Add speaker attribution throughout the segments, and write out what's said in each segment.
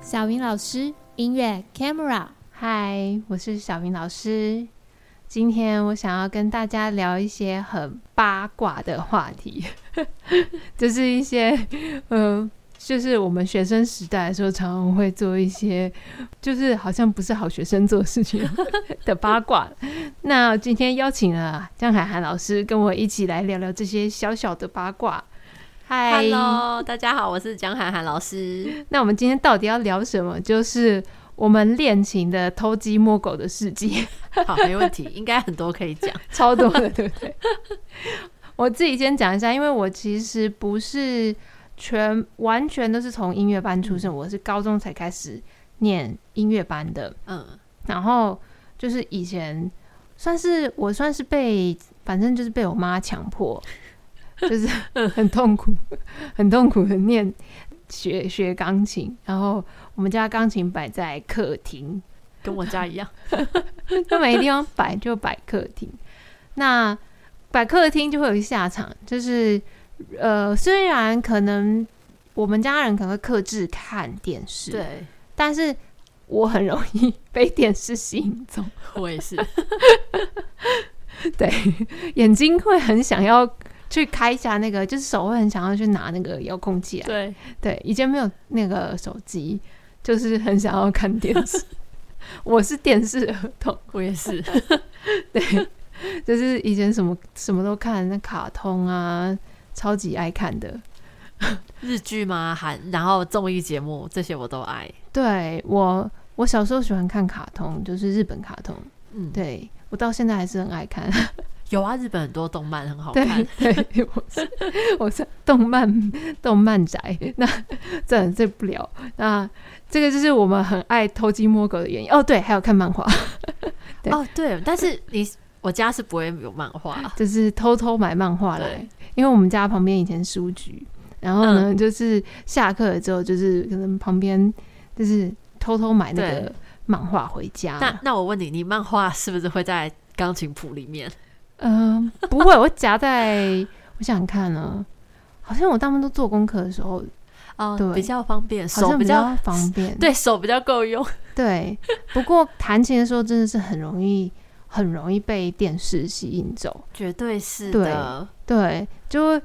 Speaker 1: 小云老师，音乐 Camera。
Speaker 2: 嗨，我是小平老师。今天我想要跟大家聊一些很八卦的话题， 就是一些嗯、呃就是我们学生时代的时候常常会做一些，就是好像不是好学生做的事情的八卦。那今天邀请了江海涵老师跟我一起来聊聊这些小小的八卦。嗨
Speaker 3: Hello，大家好，我是江涵涵老师。
Speaker 2: 那我们今天到底要聊什么？就是我们恋情的偷鸡摸狗的事迹。
Speaker 3: 好，没问题，应该很多可以讲。
Speaker 2: 超多的，对不对？ 我自己先讲一下，因为我其实不是全完全都是从音乐班出身，我是高中才开始念音乐班的。
Speaker 3: 嗯，
Speaker 2: 然后就是以前算是我算是被，反正就是被我妈强迫，就是很痛苦，很痛苦的念学学钢琴。然后我们家钢琴摆在客厅，
Speaker 3: 跟我家一样。
Speaker 2: 就没地方摆，就摆客厅。那摆客厅就会有一下场，就是呃，虽然可能我们家人可能会克制看电视，，
Speaker 3: 对，
Speaker 2: 但是我很容易被电视吸引走，
Speaker 3: 我也是。
Speaker 2: 对，眼睛会很想要去开一下那个，就是手会很想要去拿那个遥控器来啊
Speaker 3: 对，
Speaker 2: 对，以前没有那个手机，就是很想要看电视。 我是电视儿童。
Speaker 3: 我也是。
Speaker 2: 对，就是以前什么什么都看，那卡通啊，超级爱看的。
Speaker 3: 日剧嘛，韩，然后综艺节目这些我都爱。
Speaker 2: 对我，我小时候喜欢看卡通，就是日本卡通。
Speaker 3: 嗯，，
Speaker 2: 对我到现在还是很爱看。
Speaker 3: 有啊，日本很多动漫很好
Speaker 2: 对
Speaker 3: 看。
Speaker 2: 对，我是我是动漫动漫宅，那这很受不了。那这个就是我们很爱偷鸡摸狗的原因。哦，对，还有看漫画，对
Speaker 3: 哦，对，但是你我家是不会有漫画。
Speaker 2: 就是偷偷买漫画来。因为我们家旁边以前书局，然后呢，
Speaker 3: 嗯
Speaker 2: 就是下课了之后，就是可能旁边就是偷偷买那个
Speaker 3: 对
Speaker 2: 漫画回家。
Speaker 3: 那那我问你，你漫画是不是会在钢琴谱里面？
Speaker 2: 嗯、不会，我夹在我想想看呢，好像我大部分都做功课的时候，
Speaker 3: 哦
Speaker 2: 对
Speaker 3: 比较方便，
Speaker 2: 好
Speaker 3: 手
Speaker 2: 像比
Speaker 3: 较
Speaker 2: 较方便。
Speaker 3: 对手比较够用。
Speaker 2: 对，不过弹琴的时候真的是很容易，很容易被电视吸引走。
Speaker 3: 绝对是
Speaker 2: 对
Speaker 3: 的。
Speaker 2: 对，就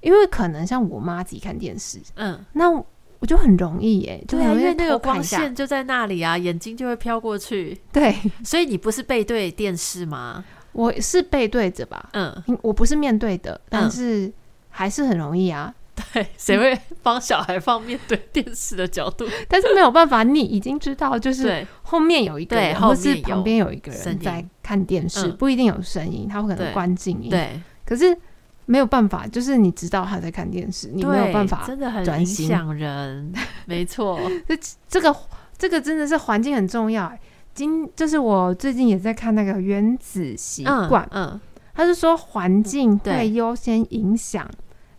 Speaker 2: 因为可能像我妈自己看电视，
Speaker 3: 嗯，
Speaker 2: 那我就很容易耶、就
Speaker 3: 对啊，
Speaker 2: 很
Speaker 3: 因
Speaker 2: 容
Speaker 3: 为
Speaker 2: 易
Speaker 3: 那个
Speaker 2: 偷看
Speaker 3: 光
Speaker 2: 一下
Speaker 3: 线就在那里啊，眼睛就会飘过去。
Speaker 2: 对。
Speaker 3: 所以你不是背对电视吗？
Speaker 2: 我是背对着吧，
Speaker 3: 嗯，
Speaker 2: 嗯我不是面对的，但是还是很容易啊。
Speaker 3: 对，谁会帮小孩放面对电视的角 度？
Speaker 2: 但是没有办法，你已经知道，就是
Speaker 3: 对，
Speaker 2: 后面有一个人，
Speaker 3: 对
Speaker 2: 或是
Speaker 3: 后面有
Speaker 2: 旁边有一个
Speaker 3: 声
Speaker 2: 人
Speaker 3: 音
Speaker 2: 在看电视，
Speaker 3: 嗯
Speaker 2: 不一定有声音，他会可能
Speaker 3: 对
Speaker 2: 关静音。，
Speaker 3: 对，
Speaker 2: 可是没有办法，就是你知道他在看电视，你没有
Speaker 3: 对
Speaker 2: 办法。
Speaker 3: 真的很
Speaker 2: 专
Speaker 3: 影
Speaker 2: 心
Speaker 3: 响人。没错，
Speaker 2: 这个这个真的是环境很重要、欸今就是我最近也在看那个《原子习
Speaker 3: 嗯
Speaker 2: 惯》
Speaker 3: 嗯，
Speaker 2: 他是说环境会
Speaker 3: 对
Speaker 2: 优先影响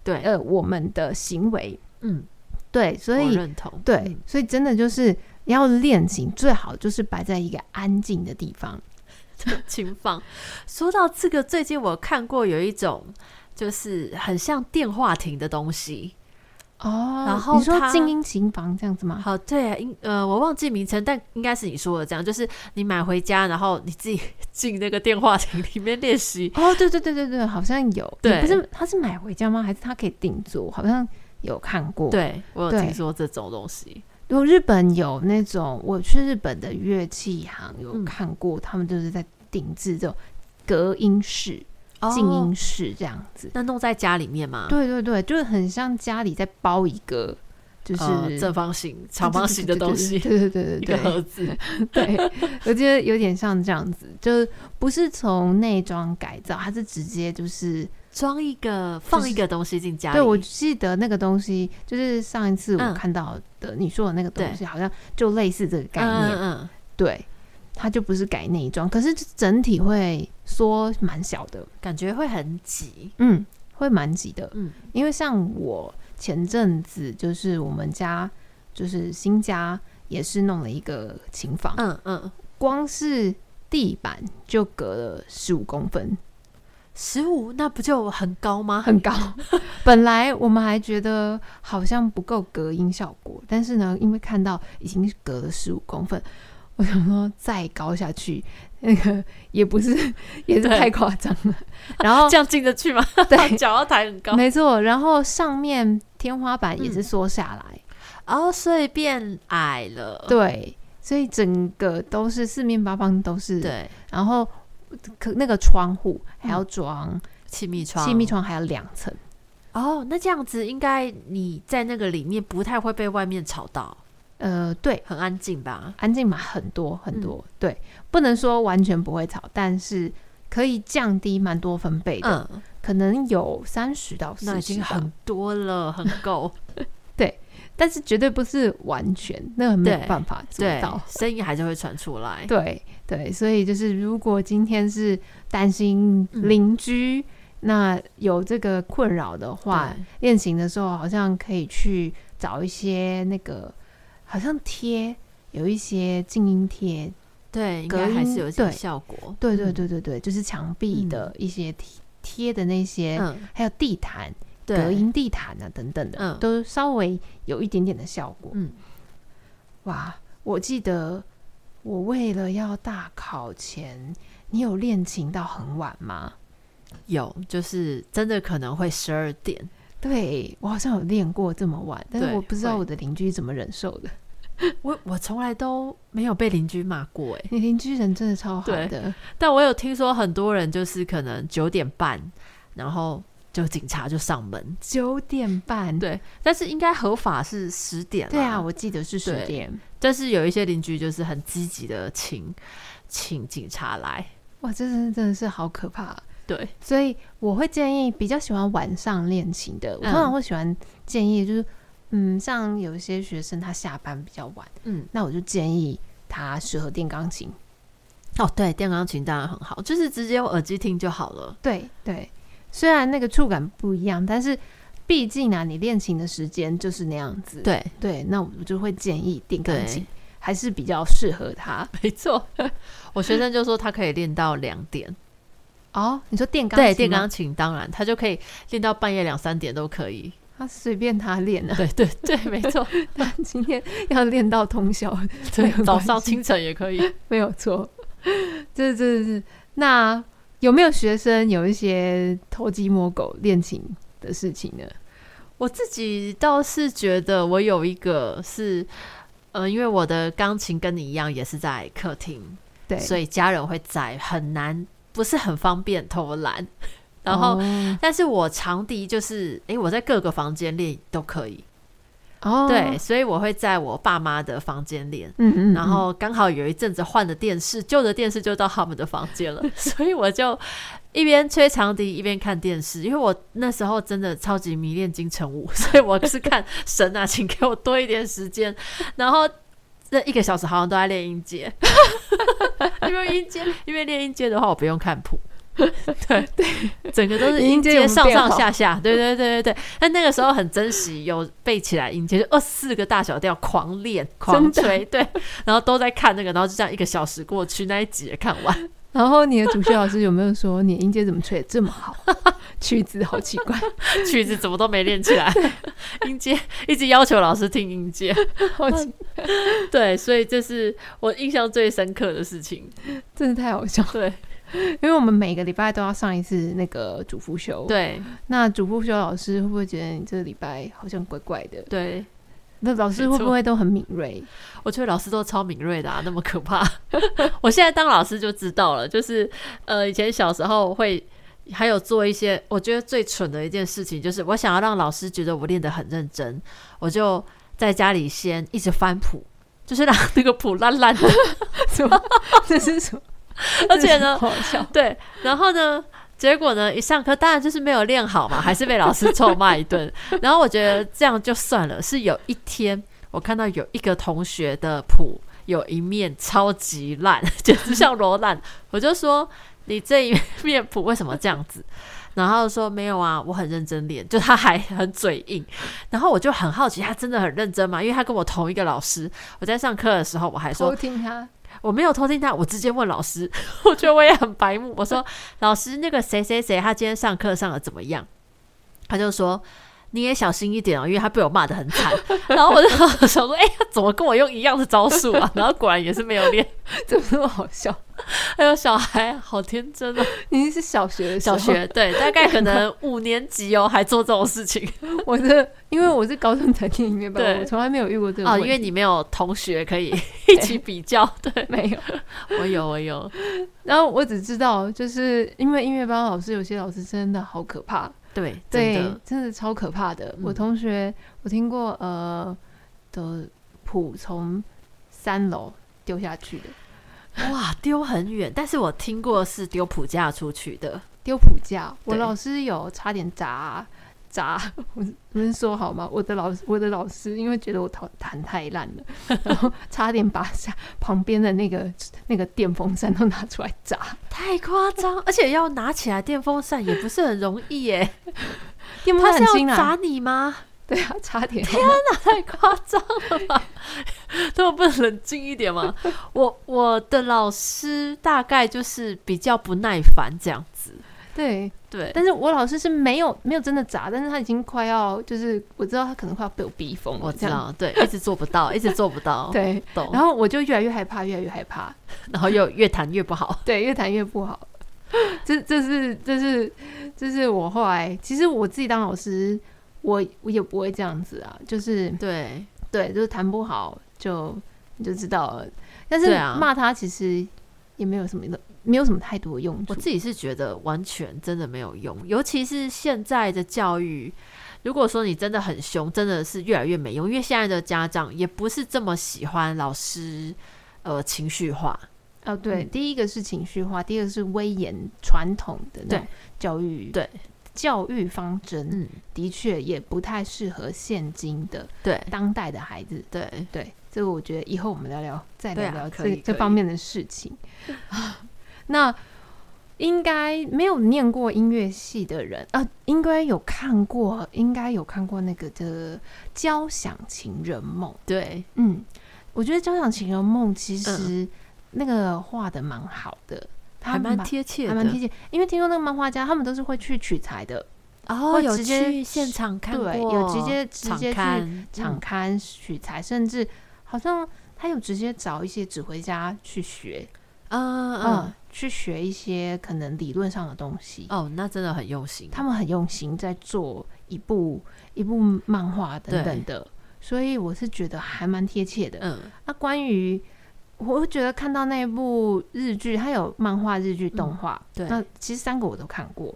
Speaker 3: 对，
Speaker 2: 呃我们的行为。
Speaker 3: 嗯，
Speaker 2: 对，所
Speaker 3: 我
Speaker 2: 以
Speaker 3: 认嗯同。
Speaker 2: 对，所以真的就是要练琴，最好就是摆在一个安静的地方。
Speaker 3: 轻放。说到这个，最近我看过有一种，就是很像电话亭的东西。
Speaker 2: 哦
Speaker 3: 然后
Speaker 2: 你说
Speaker 3: 它
Speaker 2: 静音琴房这样子吗？
Speaker 3: 好，对啊，应呃，我忘记名称，但应该是你说的这样，就是你买回家，然后你自己进那个电话亭里面练习。
Speaker 2: 哦，对对对对对，好像有。
Speaker 3: 对
Speaker 2: 也不是他是买回家吗？还是他可以定做？好像有看过。，
Speaker 3: 对我有
Speaker 2: 对
Speaker 3: 听说这种东西。
Speaker 2: 如果日本有那种，我去日本的乐器行有
Speaker 3: 嗯
Speaker 2: 看过，他们就是在定制这种隔音室、
Speaker 3: 哦
Speaker 2: 静、音室这样子。
Speaker 3: 那弄在家里面吗？
Speaker 2: 对对对，就是很像家里在包一个，就是、
Speaker 3: 呃正方形、长方形的东西，
Speaker 2: 对对对对对
Speaker 3: 一
Speaker 2: 对
Speaker 3: 个，盒子。
Speaker 2: 对，我觉得有点像这样子，就是不是从内装改造，它是直接就是。
Speaker 3: 装一个、放一个东西进家里。
Speaker 2: 对，我记得那个东西，就是上一次我
Speaker 3: 嗯
Speaker 2: 看到的，你说的那个东西，好像就类似这个概念。
Speaker 3: 嗯嗯
Speaker 2: 对，它就不是改内装，可是整体会缩蛮小的，
Speaker 3: 嗯，感觉会很挤。
Speaker 2: 嗯，会蛮挤的。
Speaker 3: 嗯，
Speaker 2: 因为像我前阵子就是我们家就是新家也是弄了一个琴房，
Speaker 3: 嗯嗯，
Speaker 2: 光是地板就隔了十五公分。
Speaker 3: 十五那不就很高吗？
Speaker 2: 很高，本来我们还觉得好像不够隔音效果，但是呢，因为看到已经隔了十五公分，我想说再高下去，那个也不是也是
Speaker 3: 对
Speaker 2: 太夸张了。然后
Speaker 3: 这样进得去吗？
Speaker 2: 对
Speaker 3: 脚要抬很高。
Speaker 2: 没错，然后上面天花板也是
Speaker 3: 嗯
Speaker 2: 缩下来，
Speaker 3: 哦，所以变矮了。
Speaker 2: 对，所以整个都是四面八方都是。，
Speaker 3: 对，
Speaker 2: 然后可那个窗户还要装
Speaker 3: 气密嗯窗，
Speaker 2: 气密。窗，还有两层。
Speaker 3: 哦，那这样子应该你在那个里面不太会被外面吵到，
Speaker 2: 呃，对，
Speaker 3: 很安静吧？
Speaker 2: 安静嘛，很多很多。
Speaker 3: 嗯
Speaker 2: 对，不能说完全不会吵，但是可以降低蛮多分贝的，
Speaker 3: 嗯，
Speaker 2: 可能有三十到四十。
Speaker 3: 那已经很，多了，很够。
Speaker 2: 但是绝对不是完全，那个没有
Speaker 3: 对
Speaker 2: 办法做
Speaker 3: 对
Speaker 2: 到。，
Speaker 3: 声音还是会传出来。
Speaker 2: 对对，所以就是如果今天是担心
Speaker 3: 嗯
Speaker 2: 邻居、那有这个困扰的话，
Speaker 3: 对
Speaker 2: 练习的时候好像可以去找一些那个，好像贴有一些静音贴，
Speaker 3: 对，应
Speaker 2: 隔
Speaker 3: 该还
Speaker 2: 音
Speaker 3: 是有一
Speaker 2: 对
Speaker 3: 些效果。
Speaker 2: 对对
Speaker 3: 嗯，
Speaker 2: 对对对，就是墙壁的一些贴贴的那些，
Speaker 3: 嗯，
Speaker 2: 还有地毯、
Speaker 3: 对，
Speaker 2: 隔音地毯啊等等的，
Speaker 3: 嗯
Speaker 2: 都稍微有一点点的效果。
Speaker 3: 嗯，
Speaker 2: 哇，我记得我为了要大考前，你有练琴到很晚吗？
Speaker 3: 有，就是真的可能会十二点。
Speaker 2: 对我好像有练过这么晚，但是
Speaker 3: 对
Speaker 2: 我不知道
Speaker 3: 会
Speaker 2: 我的邻居怎么忍受的。
Speaker 3: 我我从来都没有被邻居骂过哎，
Speaker 2: 你邻居人真的超好的，
Speaker 3: 但我有听说很多人就是可能九点半，然后就警察就上门。
Speaker 2: 九点半。
Speaker 3: 对，但是应该合法是十点啦。
Speaker 2: 对啊，我记得是十
Speaker 3: 对
Speaker 2: 点。
Speaker 3: 但是有一些邻居就是很积极的请请警察来。
Speaker 2: 哇，这真的真的是好可怕、啊
Speaker 3: 对，
Speaker 2: 所以我会建议比较喜欢晚上练琴的，我通常
Speaker 3: 嗯
Speaker 2: 会喜欢建议就是，嗯，像有一些学生他下班比较晚，
Speaker 3: 嗯，
Speaker 2: 那我就建议他适合电钢琴。
Speaker 3: 哦，对，电钢琴当然很好，就是直接用耳机听就好了。
Speaker 2: 对对，虽然那个触感不一样，但是毕竟啊，你练琴的时间就是那样子。
Speaker 3: 对，
Speaker 2: 对，那我就会建议电钢
Speaker 3: 对
Speaker 2: 琴还是比较适合他。
Speaker 3: 没错。 我学生就说他可以练到两点，
Speaker 2: 哦，你说电钢琴吗？
Speaker 3: 对，电钢琴啊当然他就可以练到半夜两三点都可以。
Speaker 2: 他啊随便他练啊，
Speaker 3: 对对 对，没错，
Speaker 2: 他今天要练到通宵，没有
Speaker 3: 对，早
Speaker 2: 关
Speaker 3: 上
Speaker 2: 系
Speaker 3: 清晨也可以。
Speaker 2: 没有错，这这是那有没有学生有一些偷鸡摸狗恋情的事情呢？
Speaker 3: 我自己倒是觉得，我有一个是，呃，因为我的钢琴跟你一样，也是在客厅，
Speaker 2: 对，
Speaker 3: 所
Speaker 2: 以
Speaker 3: 以家人会在，很难，不是很方便偷懒。 然后，
Speaker 2: 哦
Speaker 3: 但是我长笛就是，诶、我在各个房间练都可以，
Speaker 2: 哦
Speaker 3: 对，，所以我会在我爸妈的房间练。
Speaker 2: 嗯嗯，
Speaker 3: 然后刚好有一阵子换的电视，旧的电视就到他们的房间了， 所以我就一边吹长笛一边看电视，因为我那时候真的超级迷恋金城武， 所以我是看神啊，请给我多一点时间。然后这一个小时好像都在练音阶， 因为音阶，因为练音阶的话，我不用看谱。 对对，整个都是
Speaker 2: 音
Speaker 3: 音
Speaker 2: 阶
Speaker 3: 阶
Speaker 2: 有
Speaker 3: 上
Speaker 2: 变
Speaker 3: 上
Speaker 2: 好
Speaker 3: 下下，对对对对对。但那个时候很珍惜，有背起来音阶，就二十四个大小调狂 练狂
Speaker 2: 真的
Speaker 3: 吹，对，然后都在看那个，然后就这样一个小时过去，那一集也看完。
Speaker 2: 然后你的主修老师有没有说你音阶怎么吹的这么好？ 曲子好奇 怪，
Speaker 3: 曲子怎么都没练起来， 音阶一直要求老师听音阶，
Speaker 2: 好奇，
Speaker 3: 对，所以这是我印象最深刻的事情。
Speaker 2: 真的太好笑了。
Speaker 3: 对
Speaker 2: 因为我们每个礼拜都要上一次那个主副修，，
Speaker 3: 对
Speaker 2: 那主副修老师会不会觉得你这个礼拜好像怪怪的？
Speaker 3: 对，
Speaker 2: 那老师会不会都很敏锐？
Speaker 3: 我觉得老师都超敏锐的啊，那么可怕。 我现在当老师就知道了，就是呃，以前小时候会。还有做一些，我觉得最蠢的一件事情就是，我想要让老师觉得我练得很认真，我就在家里先一直翻谱，就是让 那个谱烂烂的，
Speaker 2: 什 么？这是什么？
Speaker 3: 而且呢，
Speaker 2: 好笑。
Speaker 3: 对，然后呢，结果呢，一上课当然就是没有练好嘛，还是被老师臭骂一顿。然后我觉得这样就算了。是有一天，我看到有一个同学的谱有一面超级烂， 简直像罗烂，我就说你这一面谱为什么这样子？然后说没有啊，我很认真练，就他还很嘴硬。然后我就很好奇，他真的很认真吗？因为他跟我同一个老师，我在上课的时候我还说
Speaker 2: 偷听 他，
Speaker 3: 我没有偷听他，我直接问老师， 我觉得我也很白目。我说老师，那个谁谁谁，他今天上课上的怎么样？他就说。你也小心一点哦，因为他被我骂的很惨。 然后我就想说，哎、他怎么跟我用一样的招数啊？ 然后果然也是没有练。
Speaker 2: 怎么那么好笑？
Speaker 3: 哎呦，小孩好天真哦！
Speaker 2: 你是小学的时
Speaker 3: 小
Speaker 2: 候，
Speaker 3: 学对，大概可能五年级哦，还做这种事 情
Speaker 2: 我的，因为我是高中才进音乐班，
Speaker 3: 对
Speaker 2: 我从来没有遇过这个
Speaker 3: 哦，
Speaker 2: 问
Speaker 3: 因
Speaker 2: 题。
Speaker 3: 为你没有同学可以一起比较。对
Speaker 2: 没有，
Speaker 3: 我有，我有，
Speaker 2: 然后我只知道，就是因为音乐班老师有些老师真的好可怕，
Speaker 3: 对，真
Speaker 2: 对
Speaker 3: 的，，
Speaker 2: 真的超可怕的。
Speaker 3: 嗯
Speaker 2: 我同学，我听过呃的谱从三楼丢下去的，
Speaker 3: 哇，丢很远，但是我听过是丢谱架出去的，
Speaker 2: 丢谱架，我
Speaker 3: 对
Speaker 2: 老师有差点砸砸， 我不是说好吗？我的老师，我的老师因为觉得我弹弹太烂 了，然后差点把下旁边的那个那个电风扇都拿出来砸。
Speaker 3: 太夸张，而且要拿起来电风扇也不是很容易 耶。
Speaker 2: 电风
Speaker 3: 他
Speaker 2: 扇
Speaker 3: 是
Speaker 2: 很轻
Speaker 3: 要砸
Speaker 2: 啊，
Speaker 3: 你 吗？
Speaker 2: 对啊，差点。
Speaker 3: 太夸张了吧？ 他们不能冷静一点吗？我我的老师大概就是比较不耐烦这样子，
Speaker 2: 对，
Speaker 3: 对，
Speaker 2: 但是我老师是没有没有真的砸，但是他已经快要就是我知道他可能快要被我逼疯了，
Speaker 3: 我知
Speaker 2: 这样。
Speaker 3: 道，哦对，一直做不到，一直做不 到，
Speaker 2: 对，
Speaker 3: 懂。
Speaker 2: 然后我就越来越害怕，越来越害怕，
Speaker 3: 然后又越弹越不好，
Speaker 2: 对，越弹越不好。 这这是这是这是我后来，其实我自己当老师，我我也不会这样子啊，就是
Speaker 3: 对，
Speaker 2: 对，就是弹不好就你就知道了。但是
Speaker 3: 对啊
Speaker 2: 骂他其实也没有什么的，没有什么太多的用
Speaker 3: 我
Speaker 2: 处。
Speaker 3: 自己是觉得完全真的没有用，尤其是现在的教育，如果说你真的很凶，真的是越来越没用，因为现在的家长也不是这么喜欢老师，呃，情绪化，
Speaker 2: 哦，对，
Speaker 3: 嗯
Speaker 2: 第一个是情绪化，第二个是威严传统的那种
Speaker 3: 对
Speaker 2: 教育，
Speaker 3: 对
Speaker 2: 教育方针、
Speaker 3: 嗯，
Speaker 2: 的确也不太适合现今的
Speaker 3: 对
Speaker 2: 当代的孩子。
Speaker 3: 对，
Speaker 2: 对，这个我觉得以后我们聊聊，再
Speaker 3: 对
Speaker 2: 聊
Speaker 3: 啊
Speaker 2: 聊
Speaker 3: 可
Speaker 2: 这、
Speaker 3: 以
Speaker 2: 这
Speaker 3: 可以
Speaker 2: 方面的事情。 那应该没有念过音乐系的人啊、呃应该有看过，应该有看过那个的《交响情人梦》。
Speaker 3: 对，
Speaker 2: 嗯，我觉得《交响情人梦》其实那个画的蛮好的，它
Speaker 3: 还蛮
Speaker 2: 蛮
Speaker 3: 贴切
Speaker 2: 还蛮
Speaker 3: 的
Speaker 2: 贴，切，因为听说那个漫画家他们都是会去取材的，
Speaker 3: 哦，
Speaker 2: 会
Speaker 3: 有
Speaker 2: 直接
Speaker 3: 去现场看过，
Speaker 2: 对，有直接直
Speaker 3: 场
Speaker 2: 接去
Speaker 3: 看
Speaker 2: 场
Speaker 3: 嗯
Speaker 2: 刊取材，甚至好像他有直接找一些指挥家去学，
Speaker 3: 嗯
Speaker 2: 嗯嗯
Speaker 3: 嗯，，
Speaker 2: 去学一些可能理论上的东西。
Speaker 3: 哦，那真的很用心，
Speaker 2: 他们很用心在做一部一部漫画等等的，所以我是觉得还蛮贴切的。
Speaker 3: 嗯
Speaker 2: 那关于我会觉得看到那部日剧，它有漫画、日剧、动
Speaker 3: 嗯
Speaker 2: 画，
Speaker 3: 对
Speaker 2: 那其实三个我都看过。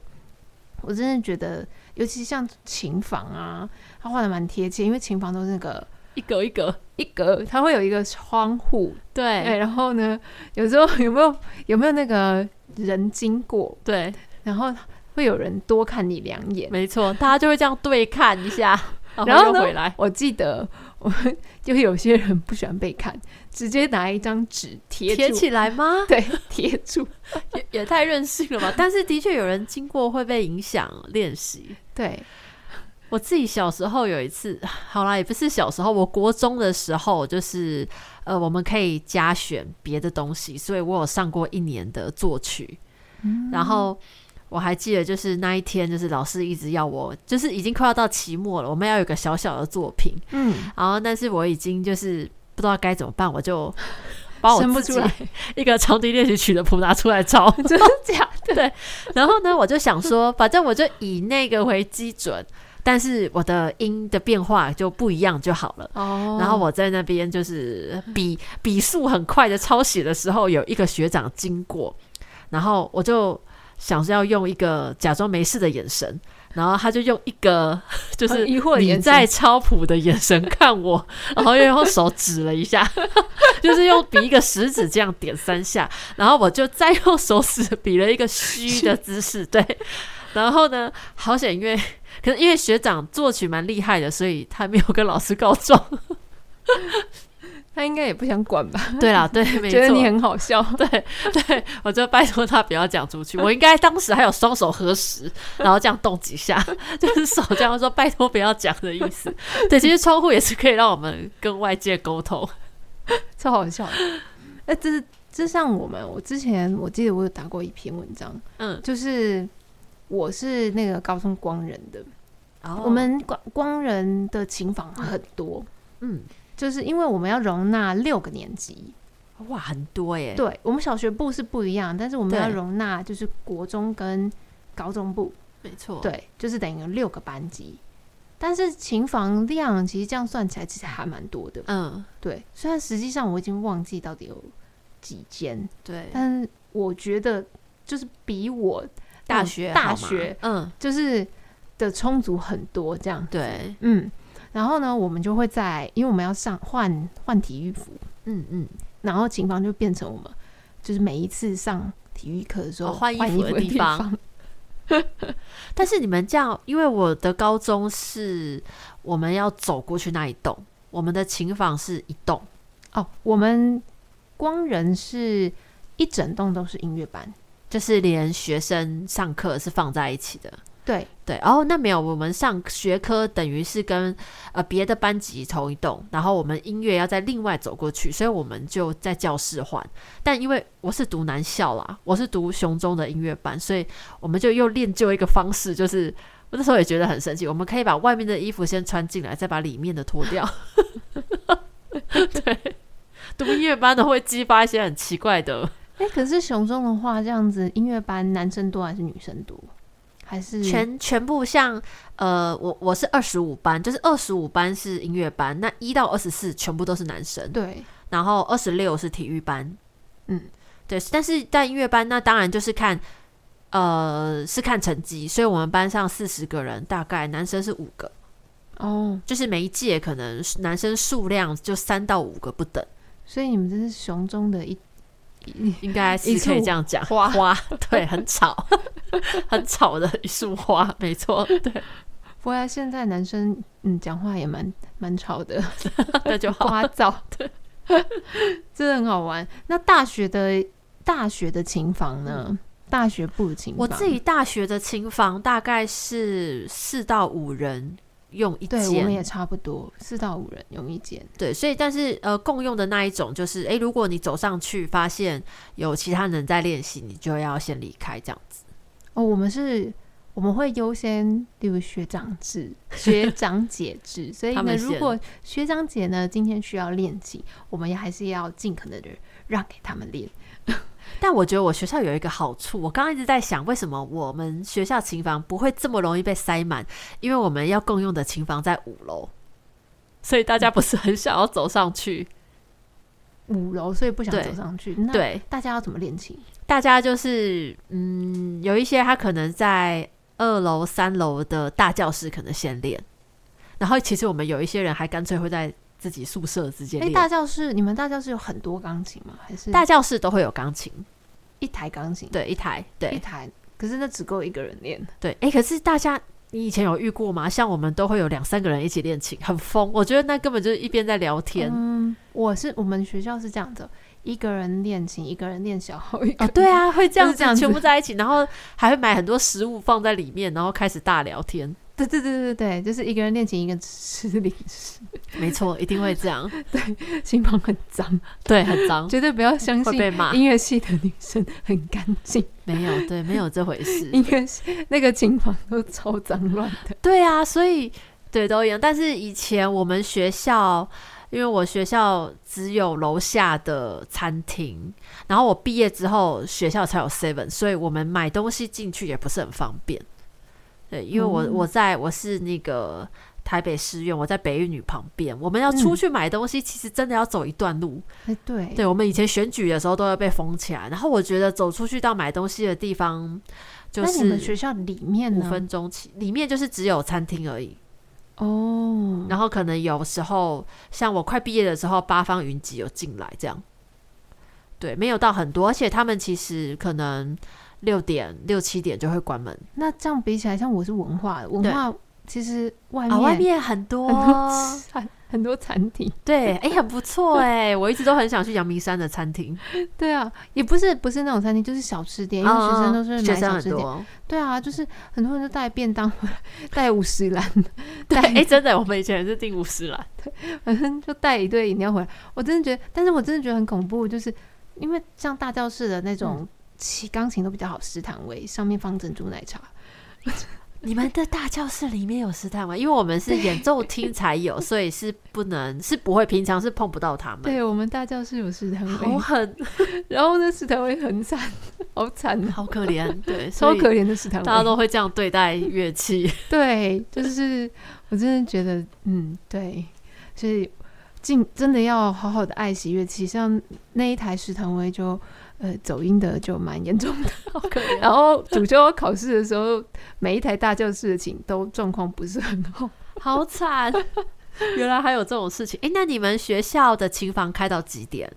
Speaker 2: 我真的觉得，尤其像琴房啊，它画的蛮贴切，因为琴房都是那个
Speaker 3: 一格一格，
Speaker 2: 一格，它会有一个窗户，对，
Speaker 3: 对
Speaker 2: 然后呢，有时候 有没有有没有那个人经过，
Speaker 3: 对，
Speaker 2: 然后会有人多看你两眼。
Speaker 3: 没错，大家就会这样对看一下，
Speaker 2: 然后
Speaker 3: 又
Speaker 2: 呢
Speaker 3: 回来，
Speaker 2: 我记得我就有些人不喜欢被看，直接拿一张纸贴
Speaker 3: 贴
Speaker 2: 住，
Speaker 3: 起来吗？
Speaker 2: 对，贴 住，
Speaker 3: 也也太任性了吧！ 但是的确有人经过会被影响练习。
Speaker 2: 对，
Speaker 3: 我自己小时候有一次，好啦，也不是小时候，我国中的时候，就是呃，我们可以加选别的东西，所以我有上过一年的作曲，
Speaker 2: 嗯
Speaker 3: 然后。我还记得，就是那一天，就是老师一直要我，就是已经快要到期末了，我们要有个小小的作品，
Speaker 2: 嗯，
Speaker 3: 然后但是我已经就是不知道该怎么办，我就把我
Speaker 2: 生不
Speaker 3: 自
Speaker 2: 出
Speaker 3: 己
Speaker 2: 来
Speaker 3: 一个长笛练习曲的谱拿出来抄，
Speaker 2: 真的假 的？
Speaker 3: 然后呢，我就想说，反正我就以那个为基准，但是我的音的变化就不一样就好了。
Speaker 2: 哦
Speaker 3: 然后我在那边就是比比速很快的抄写的时候，有一个学长经过，然后我就想是要用一个假装没事的眼神，然后他就用一个 就是
Speaker 2: 很疑惑的眼
Speaker 3: 你
Speaker 2: 神
Speaker 3: 在抄谱的眼神看我，然后又用手指了一下， 就是用比一个食指这样点三下，然后我就再用手指比了一个虚的姿势，对，然后呢，好险，因为可是因为学长作曲蛮厉害的，所以他没有跟老师告状。
Speaker 2: 他应该也不想管吧，
Speaker 3: 对啦，对，没
Speaker 2: 觉得你
Speaker 3: 错，
Speaker 2: 很好笑，
Speaker 3: 对，我就拜托他不要讲出去。我应该当时还有双手合十，然后这样动几下， 就是手这样说拜托不要讲的意思。对，其实窗户也是可以让我们跟外界沟通。
Speaker 2: 超好笑的。那这是这像我们，我之前我记得我有打过一篇文章，
Speaker 3: 嗯
Speaker 2: 就是我是那个高中光人的，
Speaker 3: 哦
Speaker 2: 我们光光人的琴房很多，
Speaker 3: 嗯，
Speaker 2: 就是因为我们要容纳六个年级，
Speaker 3: 哇，很多耶，
Speaker 2: 对我们小学部是不一样，但是我们要
Speaker 3: 对
Speaker 2: 容纳就是国中跟高中部，
Speaker 3: 没错，，
Speaker 2: 对，就是等于有六个班级。但是琴房量其实这样算起来，其实还蛮多的。
Speaker 3: 嗯，
Speaker 2: 对，虽然实际上我已经忘记到底有几间，
Speaker 3: 对，
Speaker 2: 但是我觉得就是比我那
Speaker 3: 大
Speaker 2: 种
Speaker 3: 学
Speaker 2: 大
Speaker 3: 好吗
Speaker 2: 学，
Speaker 3: 嗯，
Speaker 2: 就是的充足很多这样。
Speaker 3: 对，
Speaker 2: 嗯，然后呢，我们就会在，因为我们要上换换体育服，
Speaker 3: 嗯嗯，
Speaker 2: 然后琴房就变成我们就是每一次上体育课的时候
Speaker 3: 哦换衣
Speaker 2: 衣
Speaker 3: 服的
Speaker 2: 的
Speaker 3: 地
Speaker 2: 地
Speaker 3: 方。但是你们这样，因为我的高中是我们要走过去那一栋，我们的琴房是一栋，
Speaker 2: 哦，我们光仁是一整栋都是音乐班，
Speaker 3: 就是连学生上课是放在一起的。
Speaker 2: 对
Speaker 3: 对，哦，那没有，我们上学科等于是跟呃别的班级同一栋，然后我们音乐要再另外走过去，所以我们就在教室换。但因为我是读男校啦，我是读雄中的音乐班，所以我们就又练就一个方式，就是我那时候也觉得很神奇，我们可以把外面的衣服先穿进来，再把里面的脱掉。对，读音乐班的会激发一些很奇怪的
Speaker 2: 哎、可是雄中的话，这样子音乐班男生多还是女生多？还是
Speaker 3: 全全部像呃，我我是二十五班，就是二十五班是音乐班，那一到二十四全部都是男生，
Speaker 2: 对
Speaker 3: 然后二十六是体育班，
Speaker 2: 嗯，
Speaker 3: 对，但是在音乐班那当然就是看呃是看成绩，所以我们班上四十个人，大概男生是五个，
Speaker 2: 哦，
Speaker 3: 就是每一届可能男生数量就三到五个不等，
Speaker 2: 所以你们这是雄中的一一
Speaker 3: 应该是
Speaker 2: 一
Speaker 3: 可以
Speaker 2: 束
Speaker 3: 这样讲，
Speaker 2: 花
Speaker 3: 花 对，很吵， 很吵的一束花，没错， 对，
Speaker 2: 不过现在男生嗯讲话也蛮蛮吵的，
Speaker 3: 那就好。
Speaker 2: 聒噪，对， 真的很好玩。那大学的大学的琴房呢？大学部的琴房，
Speaker 3: 我自己大学的琴房大概是四到五人用一
Speaker 2: 对我们也
Speaker 3: 间，
Speaker 2: 差不多，四到五人用一间。
Speaker 3: 对，所以但是呃，共用的那一种就是，诶，如果你走上去发现有其他人在练习，你就要先离开这样子。
Speaker 2: 哦，我们是。我们会优先，例如学长 制、学长姐制，所以
Speaker 3: 他
Speaker 2: 呢，
Speaker 3: 们
Speaker 2: 如
Speaker 3: 先
Speaker 2: 果学长姐呢今天需要练琴，我们也还是要尽可能的让给他们练。
Speaker 3: 但我觉得我学校有一个好处，我刚刚一直在想，为什么我们学校琴房不会这么容易被塞满？因为我们要共用的琴房在五楼，所以大家不是很想要走上去。
Speaker 2: 五楼，所以不想
Speaker 3: 对
Speaker 2: 走上去。那
Speaker 3: 对，
Speaker 2: 大家要怎么练琴？
Speaker 3: 大家就是嗯，有一些他可能在二楼、三楼的大教室可能先练，然后其实我们有一些人还干脆会在自己宿舍直接
Speaker 2: 哎、
Speaker 3: 练。嗯
Speaker 2: 大教室，你们大教室有很多钢琴吗？还是
Speaker 3: 大教室都会有钢琴，
Speaker 2: 一台钢琴？
Speaker 3: 对，一台，
Speaker 2: 一
Speaker 3: 对
Speaker 2: 台，可是那只够一个人练。
Speaker 3: 对。哎、可是大家。你以前有遇过吗？像我们都会有两三个人一起练琴，很疯。我觉得那根本就是一边在聊天。
Speaker 2: 嗯，我是我们学校是这样的，一个人练琴，一个人练小号，一个
Speaker 3: 哦
Speaker 2: 人，
Speaker 3: 对 啊，会这样
Speaker 2: 就是这样子
Speaker 3: 全部在一起，然后还会买很多食物放在里面，然后开始大聊天。
Speaker 2: 对对对对对，就是一个人练琴，一个人吃零食，
Speaker 3: 没错，一定会这 样。
Speaker 2: 琴房很脏，
Speaker 3: 对，很脏，
Speaker 2: 绝对不要相
Speaker 3: 会
Speaker 2: 信
Speaker 3: 被骂。
Speaker 2: 音乐系的女生很干净，
Speaker 3: 没有，对，没有这回事。
Speaker 2: 音乐系那个琴房都超脏乱的。
Speaker 3: 对啊，所以对都一样。但是以前我们学校，因为我学校只有楼下的餐厅，然后我毕业之后学校才有 Seven，所以我们买东西进去也不是很方便。对，因为我、
Speaker 2: 嗯
Speaker 3: 我在我是那个台北师院，我在北一女旁边，我们要
Speaker 2: 嗯
Speaker 3: 出去买东西，其实真的要走一段路。
Speaker 2: 哎，对，
Speaker 3: 对，我们以前选举的时候都要被封起来，然后我觉得走出去到买东西的地方，就
Speaker 2: 那你们
Speaker 3: 是
Speaker 2: 学校里面
Speaker 3: 五
Speaker 2: 呢？
Speaker 3: 分钟起，里面就是只有餐厅而已。
Speaker 2: 哦，
Speaker 3: 然后可能有时候，像我快毕业的时候，八方云集有进来这样。对，没有到很多，而且他们其实可能六点、六七点就会关门
Speaker 2: 那这样比起来，像我是文化的，文
Speaker 3: 对
Speaker 2: 化其实外
Speaker 3: 啊，
Speaker 2: 面
Speaker 3: 外面哦很多，
Speaker 2: 很多餐 很多餐厅。
Speaker 3: 对，哎、很不错哎、我一直都很想去阳明山的餐厅，
Speaker 2: 对啊，也不是不是那种餐厅，就是小吃店，因哎为学生都是
Speaker 3: 哦学
Speaker 2: 买
Speaker 3: 生
Speaker 2: 小
Speaker 3: 很
Speaker 2: 吃店。
Speaker 3: 多，
Speaker 2: 对啊，就是很多人就带便当回来， 带五十兰，
Speaker 3: 对，
Speaker 2: 带
Speaker 3: 哎、真的，我们以前也是订五十兰，
Speaker 2: 反正就带一堆饮料回来。我真的觉得，但是我真的觉得很恐怖，就是因为像大
Speaker 3: 嗯
Speaker 2: 教室的那种。琴钢琴都比较好，食堂位上面放珍珠奶茶，
Speaker 3: 你们的大教室里面有师大吗？因为我们是演奏厅才 有，所以是不能是不会，平常是碰不到他们。
Speaker 2: 对我们大教室有史腾
Speaker 3: 好
Speaker 2: 威，
Speaker 3: 狠，
Speaker 2: 然后呢，史腾威很惨， 好惨啊，
Speaker 3: 好可怜，对，
Speaker 2: 超
Speaker 3: 所以
Speaker 2: 可怜的史腾威。
Speaker 3: 大家都会这样对待乐器。
Speaker 2: 对，就是我真的觉得，嗯，对，所以尽真的要好好的爱惜乐器，像那一台石腾威就呃走音的就蛮严重的，然后主修考试的时候，每一台大教室的琴都状况不是很好，
Speaker 3: 好惨！原来还有这种事情。哎、那你们学校的琴房开到几点？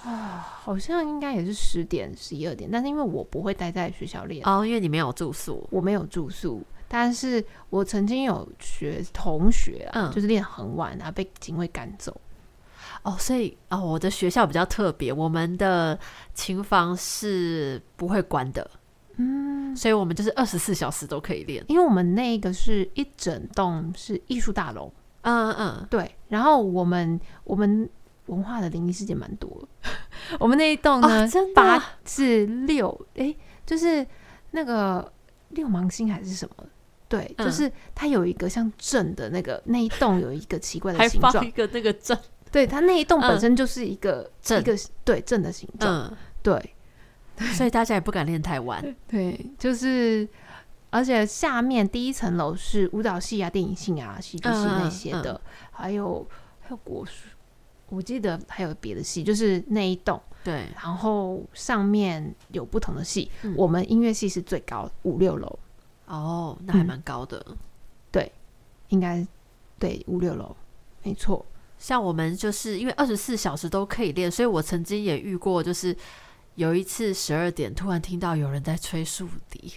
Speaker 2: 好像应该也是十点十一二点，但是因为我不会待在学校练，
Speaker 3: 哦，因为你没有住宿。
Speaker 2: 我没有住宿。但是我曾经有学同学啊，
Speaker 3: 嗯
Speaker 2: 就是练很晚啊，被警卫赶走。
Speaker 3: 哦，所以哦，我的学校比较特别，我们的琴房是不会关的，
Speaker 2: 嗯，
Speaker 3: 所以我们就是二十四小时都可以练。
Speaker 2: 因为我们那个是一整栋是艺术大楼，
Speaker 3: 嗯嗯，
Speaker 2: 对，然后我们我们文化的灵异事件蛮多的， 我们那一栋呢、
Speaker 3: 哦，真的
Speaker 2: 八
Speaker 3: 啊
Speaker 2: 至六，诶，就是那个六芒星还是什么？对，
Speaker 3: 嗯
Speaker 2: 就是它有一个像镇的那个那一栋有一个奇怪的
Speaker 3: 还
Speaker 2: 形
Speaker 3: 放
Speaker 2: 状
Speaker 3: 一，个那个证。
Speaker 2: 对，它那一栋本
Speaker 3: 嗯
Speaker 2: 身就是一个、
Speaker 3: 镇
Speaker 2: 一个对镇的形状，
Speaker 3: 嗯，
Speaker 2: 对
Speaker 3: 所以大家也不敢练太晚。
Speaker 2: 嗯对，就是。而且下面第一层楼是舞蹈系啊、电影系啊、戏剧系那些的，
Speaker 3: 嗯
Speaker 2: 还有还有国术，我记得还有别的系，就是那一栋，
Speaker 3: 对，
Speaker 2: 然后上面有不同的系。
Speaker 3: 嗯
Speaker 2: 我们音乐系是最高五六楼，
Speaker 3: 哦，
Speaker 2: 嗯
Speaker 3: 那还蛮高的。
Speaker 2: 应该对五六楼，没错。
Speaker 3: 像我们就是因为二十四小时都可以练，所以我曾经也遇过，就是有一次十二点突然听到有人在吹竖笛，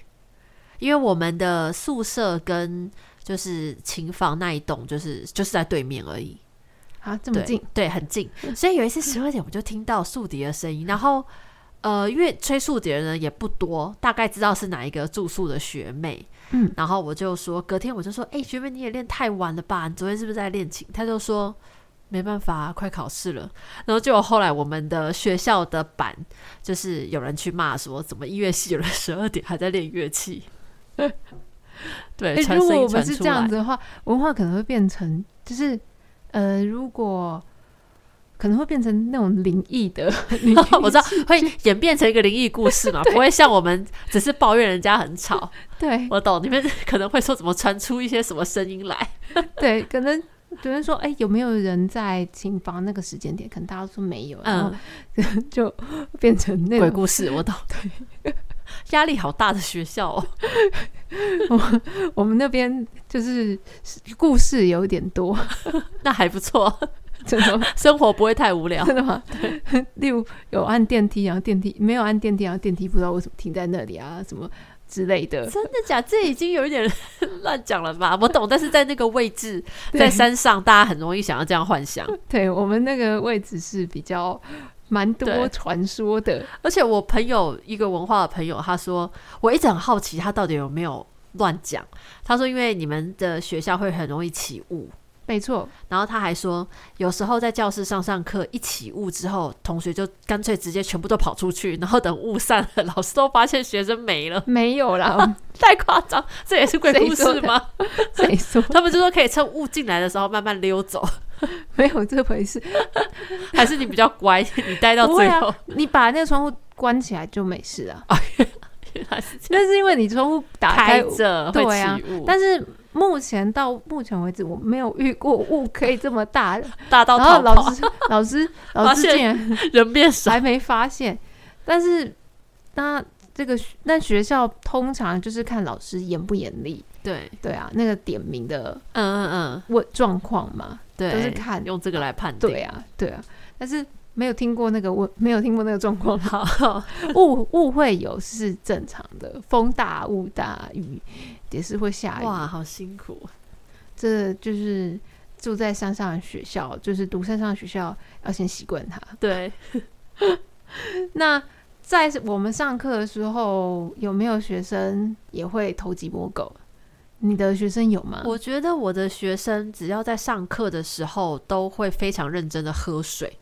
Speaker 3: 因为我们的宿舍跟就是琴房那一栋就是就是在对面而已，
Speaker 2: 啊，这么
Speaker 3: 对
Speaker 2: 近，嗯
Speaker 3: 对，很近，所以有一次十二点我就听到竖笛的声音，然后呃，因为吹竖笛的人也不多，大概知道是哪一个住宿的学妹，
Speaker 2: 嗯，
Speaker 3: 然后我就说，隔天我就说，哎、学妹你也练太晚了吧？你昨天是不是在练琴？她就说没办法、啊快考试了。然后结果后来我们的学校的版就是有人去骂说，怎么音乐系有人十二点还在练乐器？ 对，
Speaker 2: 诶
Speaker 3: 传
Speaker 2: 如
Speaker 3: 声
Speaker 2: 果
Speaker 3: 音
Speaker 2: 我们
Speaker 3: 传
Speaker 2: 是
Speaker 3: 出
Speaker 2: 这样
Speaker 3: 来
Speaker 2: 子的话，文化可能会变成就是呃，如果可能会变成那种灵异的 灵异
Speaker 3: 我知道会演变成一个灵异故事嘛，不会像我们只是抱怨人家很吵。
Speaker 2: 对
Speaker 3: 我懂，你们可能会说怎么传出一些什么声音来？
Speaker 2: 对，可能有人说，哎、有没有人在琴房那个时间点？可能大家都说没有，然后
Speaker 3: 嗯，
Speaker 2: 就变成那
Speaker 3: 鬼
Speaker 2: 种
Speaker 3: 故事我懂。 压力好大的学校哦。
Speaker 2: 我们那边就是故事有点多，
Speaker 3: 那还不错，
Speaker 2: 真的 吗
Speaker 3: 生活不会太无聊。
Speaker 2: 真的吗？ 例如有按电梯，然后电梯没有按电梯，然后电梯不知道为什么停在那里啊，什么之类的。
Speaker 3: 真的假？这已经有一点乱讲了吧？我懂，但是在那个位置，
Speaker 2: 对
Speaker 3: 在山上，大家很容易想要这样幻想。
Speaker 2: 对我们那个位置是比较蛮多
Speaker 3: 对
Speaker 2: 传说的，
Speaker 3: 而且我朋友一个文化的朋友，他说我一直很好奇他到底有没有乱讲。他说因为你们的学校会很容易起雾，
Speaker 2: 没错，
Speaker 3: 然后他还说有时候在教室上上课一起雾之后，同学就干脆直接全部都跑出去，然后等雾散了，老师都发现学生没了，
Speaker 2: 没有啦，
Speaker 3: 太夸张！这也是鬼故
Speaker 2: 谁说
Speaker 3: 事
Speaker 2: 的
Speaker 3: 吗？
Speaker 2: 谁说
Speaker 3: 他们就说可以趁雾进来的时候慢慢 溜走，
Speaker 2: 没有这回事？
Speaker 3: 还是你比较乖，你待到
Speaker 2: 不会
Speaker 3: 最
Speaker 2: 啊
Speaker 3: 后。
Speaker 2: 你把那个窗户关起来就没事啊，
Speaker 3: 原来 是这样
Speaker 2: 那是因为你窗户打
Speaker 3: 开
Speaker 2: 开
Speaker 3: 着会
Speaker 2: 对啊
Speaker 3: 起雾，
Speaker 2: 但是目前到目前为止，我没有遇过雾可以这么大。
Speaker 3: 大到
Speaker 2: 然后
Speaker 3: 逃
Speaker 2: 老
Speaker 3: 跑，
Speaker 2: 师，老师， 老
Speaker 3: 发
Speaker 2: 师
Speaker 3: 现
Speaker 2: 竟然
Speaker 3: 人变少。
Speaker 2: 还没发现。但是，那这个学那学校通常就是看老师严不严厉，
Speaker 3: 对，
Speaker 2: 对啊，那个点名的
Speaker 3: 嗯嗯嗯，
Speaker 2: 问状况嘛，
Speaker 3: 对，
Speaker 2: 都是看
Speaker 3: 用这个来判定。
Speaker 2: 对啊，对啊。但是没有听过那个问，没有听过那个状 况，
Speaker 3: 好，
Speaker 2: 误误会有是正常的，风大雾大雨也是会下雨，
Speaker 3: 哇，好辛苦。
Speaker 2: 这就是住在山上的学校，就是读山上的学校，要先习惯它。
Speaker 3: 对，
Speaker 2: 那在我们上课的时候，有没有学生也会偷鸡摸狗？你的学生有吗？
Speaker 3: 我觉得我的学生只要在上课的时候都会非常认真的喝水。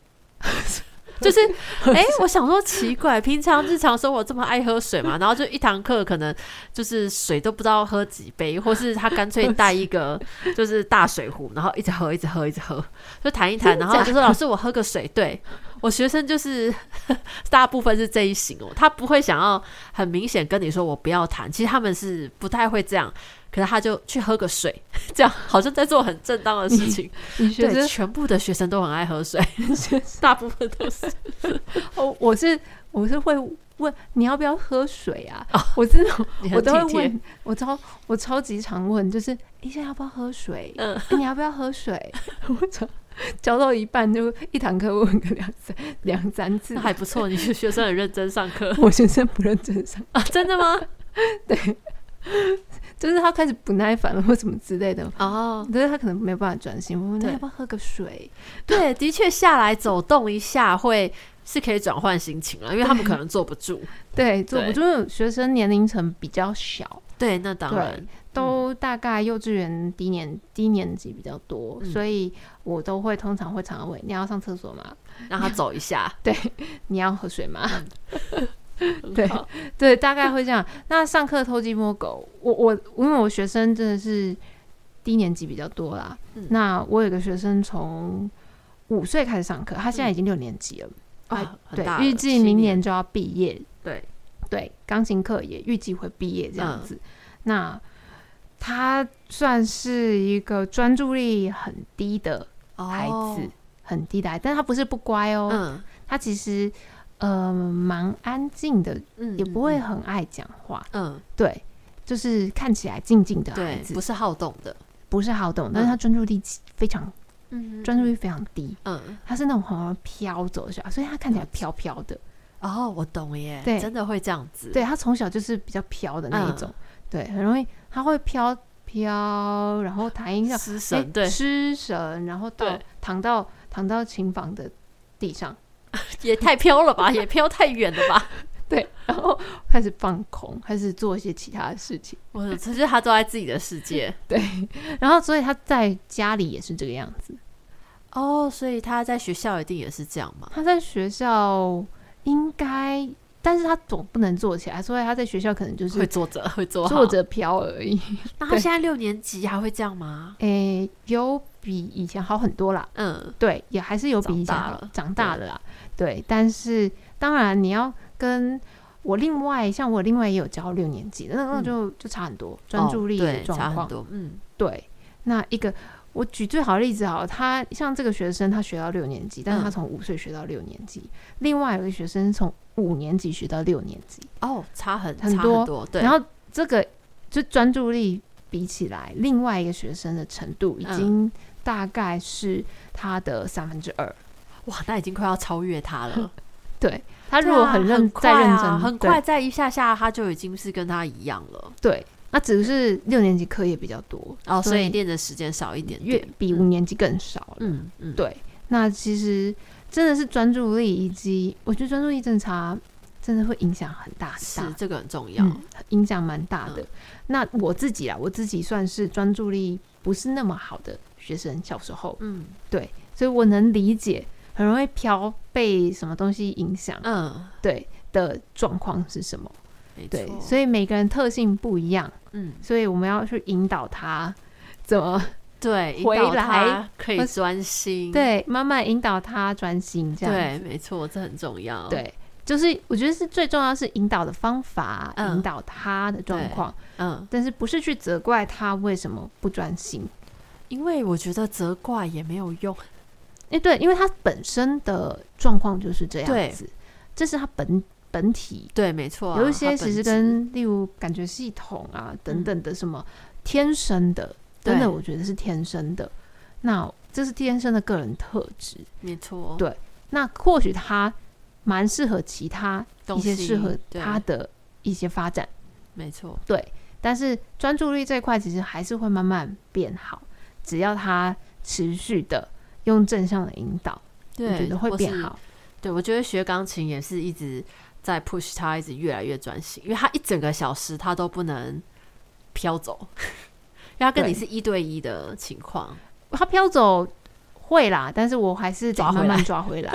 Speaker 3: 就是哎、我想说奇怪，平常日常生活这么爱喝水嘛，然后就一堂课可能就是水都不知道喝几杯，或是他干脆带一个就是大水壶，然后一直喝，一直喝，一直喝，就弹一弹，然后就说老师我喝个水，对。我学生就是 大部分是这一型哦，他不会想要很明显跟你说我不要弹，其实他们是不太会这样，可是他就去喝个水， 这样好像在做很正当的事情。
Speaker 2: 你学
Speaker 3: 对，
Speaker 2: 生
Speaker 3: 全部的学生都很爱 喝水，大部分都是。
Speaker 2: 哦，我是我是会问你要不要喝水啊？我真的
Speaker 3: 你
Speaker 2: 我
Speaker 3: 很
Speaker 2: 都会
Speaker 3: 体贴，
Speaker 2: 问，我超我超级常问，就是你现在要不要喝水？
Speaker 3: 嗯
Speaker 2: 啊你要不要喝水？ 我操，教到一半就一堂课问个两三两三次
Speaker 3: 那，还不错，你是学生很认真上 课
Speaker 2: 我学生不认真上，
Speaker 3: 啊？真的 吗？
Speaker 2: 就是他开始不耐烦了或什么之类的。
Speaker 3: 哦，
Speaker 2: 但是他可能没有办法专心，我问他
Speaker 3: 对
Speaker 2: 要不要喝个水，
Speaker 3: 对，的确下来走动一下会是可以转换心情了，因为他们可能坐不 住。
Speaker 2: 对，做我
Speaker 3: 对
Speaker 2: 觉得学生年龄层比较小，
Speaker 3: 对，那当然，
Speaker 2: 都大概幼稚园低年低年级比较多，
Speaker 3: 嗯
Speaker 2: 所以我都会通常会常问你要上厕所吗？
Speaker 3: 嗯让他走一下。
Speaker 2: 你要喝水吗？
Speaker 3: 很
Speaker 2: 对
Speaker 3: 嗯好
Speaker 2: 对，大概会这样。那上课偷鸡摸狗，我我因为我学生真的是低年级比较多啦。
Speaker 3: 嗯
Speaker 2: 那我有一个学生从五岁开始上课，他现在已经六年级了，
Speaker 3: 啊，很
Speaker 2: 对
Speaker 3: 大，了
Speaker 2: 预计
Speaker 3: 七
Speaker 2: 明年就要毕业。
Speaker 3: 对，
Speaker 2: 对，钢琴课也预计会毕业这样
Speaker 3: 嗯
Speaker 2: 子。那他算是一个专注力很低的孩子，
Speaker 3: 哦
Speaker 2: 很低的孩子，但他不是不乖哦，
Speaker 3: 嗯
Speaker 2: 他其实呃蛮安静的，
Speaker 3: 嗯，
Speaker 2: 也不会
Speaker 3: 嗯，
Speaker 2: 很爱讲话。
Speaker 3: 嗯，
Speaker 2: 对，就是看起来静静的孩
Speaker 3: 对，
Speaker 2: 子，
Speaker 3: 不
Speaker 2: 不
Speaker 3: 是好动的，
Speaker 2: 是好懂，但是
Speaker 3: 嗯
Speaker 2: 他专注力非常
Speaker 3: 嗯
Speaker 2: 专注力，非常低，
Speaker 3: 嗯，
Speaker 2: 他是那种好像飘走的小孩，所以他看起来飘飘的。
Speaker 3: 哦，我懂耶，
Speaker 2: 对
Speaker 3: 真的会这样子，嗯
Speaker 2: 对他从小就是比较飘的那一种，对，很容易他会飘飘，然后弹一下
Speaker 3: 失
Speaker 2: 哎
Speaker 3: 神，对，
Speaker 2: 失神，然后到
Speaker 3: 对
Speaker 2: 躺到躺到琴房的地上，
Speaker 3: 也太飘了吧，也飘太远了吧。
Speaker 2: 对，然后开始放空，开始做一些其他的事情。
Speaker 3: 我其实他都在自己的世界
Speaker 2: 然后，所以他在家里也是这个样子。
Speaker 3: 哦，所以他在学校一定也是这样嘛。
Speaker 2: 他在学校应该，但是他总不能坐起来，所以他在学校可能就
Speaker 3: 会
Speaker 2: 是
Speaker 3: 坐着，会坐好
Speaker 2: 坐。着飘而已。
Speaker 3: 那他
Speaker 2: 对
Speaker 3: 现在六年级还会这样吗？
Speaker 2: 诶、有比以前好很多啦，
Speaker 3: 嗯，
Speaker 2: 对，也还是有比以前好长大了啦，对。但是当然你要跟我另外像我另外也有教六年级的，那那
Speaker 3: 嗯
Speaker 2: 就、就差很多，专注力
Speaker 3: 哦对
Speaker 2: 的状
Speaker 3: 差
Speaker 2: 况、
Speaker 3: 很多。嗯
Speaker 2: 对，那一个我举最好的例子好了，他像这个学生，他学到六年级，但是他
Speaker 3: 嗯
Speaker 2: 从五岁学到六年级；另外有一个学生从五年级学到六年级，
Speaker 3: 哦，差很
Speaker 2: 很
Speaker 3: 差
Speaker 2: 多
Speaker 3: 很多。对，
Speaker 2: 然后这个就专注力比起来，另外一个学生的程度已
Speaker 3: 嗯
Speaker 2: 经大概是他的三分之二。
Speaker 3: 哇，那已经快要超越他了。
Speaker 2: 对 他如果
Speaker 3: 对啊
Speaker 2: 很认、
Speaker 3: 很
Speaker 2: 再
Speaker 3: 快
Speaker 2: 认
Speaker 3: 啊，
Speaker 2: 真，
Speaker 3: 很快在一下下他就已经是跟他一样了。
Speaker 2: 对。对那只是六年级课业比较多，
Speaker 3: 哦，所
Speaker 2: 所
Speaker 3: 以练的时间少一点嗯
Speaker 2: 越
Speaker 3: 点。
Speaker 2: 比五年级更少了。
Speaker 3: 嗯嗯，
Speaker 2: 对，那其实真的是专注力，以及我觉得专注力正常真的会影响很大很
Speaker 3: 是
Speaker 2: 大，
Speaker 3: 这个很重要。
Speaker 2: 嗯，影响蛮大的。
Speaker 3: 嗯
Speaker 2: 那我自己啦，我自己算是专注力不是那么好的学生，小时候，
Speaker 3: 嗯
Speaker 2: 对，所以我能理解很容易飘被什么东西影响，
Speaker 3: 嗯，
Speaker 2: 对的状况是什么。
Speaker 3: 没
Speaker 2: 对，
Speaker 3: 错。
Speaker 2: 所以每个人特性不一样，
Speaker 3: 嗯，
Speaker 2: 所以我们要去引导他怎么
Speaker 3: 对，引
Speaker 2: 回
Speaker 3: 导
Speaker 2: 来
Speaker 3: 他可以
Speaker 2: 或
Speaker 3: 专心。
Speaker 2: 对，慢慢引导他专心这样子嗯
Speaker 3: 对，没错，这很重要。，
Speaker 2: 对，就是我觉得是最重要是引导的方法，
Speaker 3: 嗯
Speaker 2: 引导他的状况，
Speaker 3: 嗯，
Speaker 2: 但是不是去责怪他为什么不专心？
Speaker 3: 因为我觉得责怪也没有用。
Speaker 2: 哎、对，因为他本身的状况就是这
Speaker 3: 对
Speaker 2: 样子，这是他本本体。
Speaker 3: 对，没错啊、
Speaker 2: 有一些
Speaker 3: 它
Speaker 2: 其实
Speaker 3: 本质
Speaker 2: 跟例如感觉系统啊等等的什么天生的，真
Speaker 3: 对
Speaker 2: 的我觉得是天生的。那这是天生的个人特质，
Speaker 3: 没错，
Speaker 2: 对那或许他蛮适合其他
Speaker 3: 东
Speaker 2: 一些
Speaker 3: 西
Speaker 2: 适合
Speaker 3: 对
Speaker 2: 他的一些发展。
Speaker 3: 没错，
Speaker 2: 对，但是专注力这一块其实还是会慢慢变好，只要他持续的用正向的引导，我
Speaker 3: 对，
Speaker 2: 觉得会
Speaker 3: 或
Speaker 2: 变
Speaker 3: 是。
Speaker 2: 好。
Speaker 3: 对，我觉得学钢琴也是一直在 push 他，一直越来越专心，因为他一整个小时他都不能飘走， 因为他跟你
Speaker 2: 对
Speaker 3: 是一对一的情况。
Speaker 2: 他飘走会啦，但是我还是得
Speaker 3: 抓回
Speaker 2: 慢慢
Speaker 3: 来
Speaker 2: 抓回来。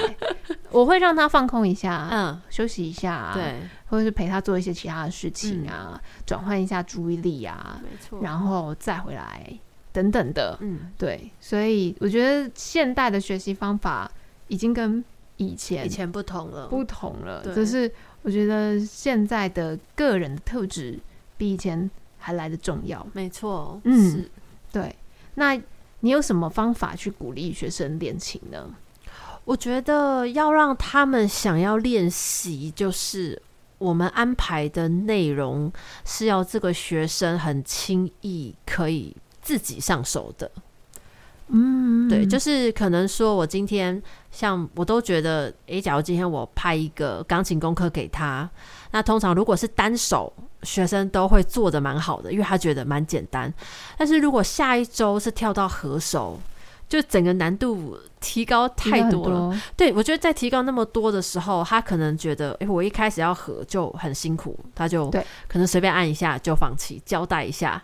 Speaker 2: 我会让他放空一下，
Speaker 3: 嗯，
Speaker 2: 休息一下、啊，，
Speaker 3: 对，嗯
Speaker 2: 或者是陪他做一些其他的事情啊，转换一下注意力啊，
Speaker 3: 没错，
Speaker 2: 然后再回来等等的，
Speaker 3: 嗯，
Speaker 2: 对，所以我觉得现代的学习方法已经跟以前
Speaker 3: 以前不同了，
Speaker 2: 不同了，
Speaker 3: 对
Speaker 2: 就是我觉得现在的个人的特质比以前还来得重要。
Speaker 3: 没错，
Speaker 2: 嗯
Speaker 3: 是
Speaker 2: 对，那你有什么方法去鼓励学生练琴呢？
Speaker 3: 我觉得要让他们想要练习，就是我们安排的内容是要这个学生很轻易可以自己上手的。
Speaker 2: 嗯，
Speaker 3: 对，就是可能说我今天像我都觉得，诶、假如今天我派一个钢琴功课给他，那通常如果是单手。学生都会做的蛮好的，因为他觉得蛮简单。但是如果下一周是跳到合手，就整个难度提高
Speaker 2: 应该
Speaker 3: 太
Speaker 2: 很
Speaker 3: 多了。对，我觉得在提高那么多的时候，他可能觉得，诶，我一开始要合就很辛苦，他就
Speaker 2: 对
Speaker 3: 可能随便按一下就放弃，交代一下。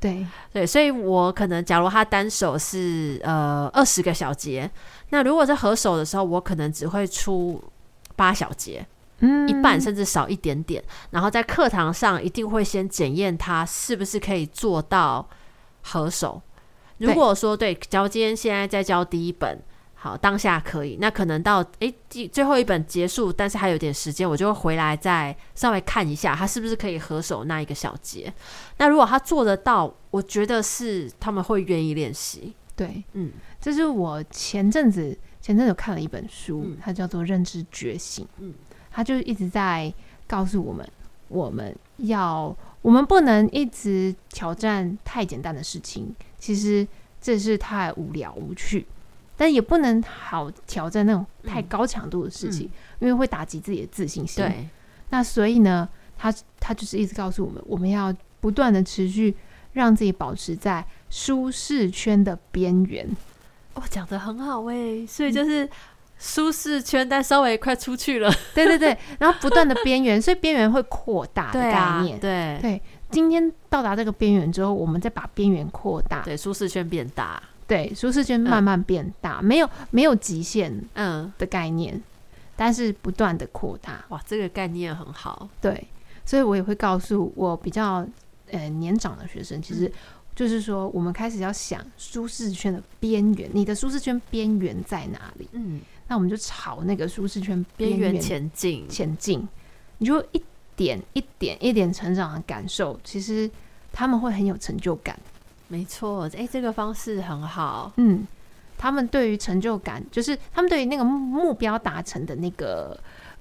Speaker 2: 对，
Speaker 3: 对，所以我可能假如他单手是呃二十个小节，那如果是合手的时候，我可能只会出八小节，
Speaker 2: 嗯
Speaker 3: 一半甚至少一点点。然后在课堂上一定会先检验他是不是可以做到合手。如
Speaker 2: 对
Speaker 3: 果说对，假如今天现在在教第一本，好，当下可以，那可能到诶第最后一本结束，但是还有点时间，我就会回来再稍微看一下他是不是可以合手那一个小节。那如果他做得到，我觉得是他们会愿意练习。
Speaker 2: 对，
Speaker 3: 嗯，
Speaker 2: 这是我前阵子前阵子有看了一本书，
Speaker 3: 嗯
Speaker 2: 它叫做《认知觉醒》，
Speaker 3: 嗯，
Speaker 2: 它就一直在告诉我们，我们要我们不能一直挑战太简单的事情，其实这是太无聊无趣。但也不能好挑战那种太
Speaker 3: 嗯
Speaker 2: 高强度的事情，因为会打击自己的自信心。
Speaker 3: 对，
Speaker 2: 那所以呢，他他就是一直告诉我们，我们要不断的持续让自己保持在舒适圈的边缘。
Speaker 3: 哦，讲的很好诶、所 以就是舒适圈，但稍微快出去了。
Speaker 2: 对对对，然后不断的边缘，所以边缘会扩大的
Speaker 3: 对
Speaker 2: 概
Speaker 3: 啊，
Speaker 2: 念。
Speaker 3: 对
Speaker 2: 对今天到达这个边缘之后，我们再把边缘扩大，
Speaker 3: 对，嗯舒适圈变大。
Speaker 2: 对舒适圈慢慢变大，没有没有极限
Speaker 3: 嗯，
Speaker 2: 的概念，但是不断的扩大。
Speaker 3: 哇，这个概念很好。
Speaker 2: 对，所以我也会告诉我比较呃年长的学生，其
Speaker 3: 嗯
Speaker 2: 实就是说，我们开始要想舒适圈的边缘，你的舒适圈边缘在哪里？
Speaker 3: 嗯，
Speaker 2: 那我们就朝那个舒适圈
Speaker 3: 边
Speaker 2: 缘
Speaker 3: 缘前进。
Speaker 2: 前进，你就一点一点一点成长的感受，其实他们会很有成就感。
Speaker 3: 没错，哎、这个方式很好。
Speaker 2: 嗯，他们对于成就感，就是他们对于那个目目标达成的那个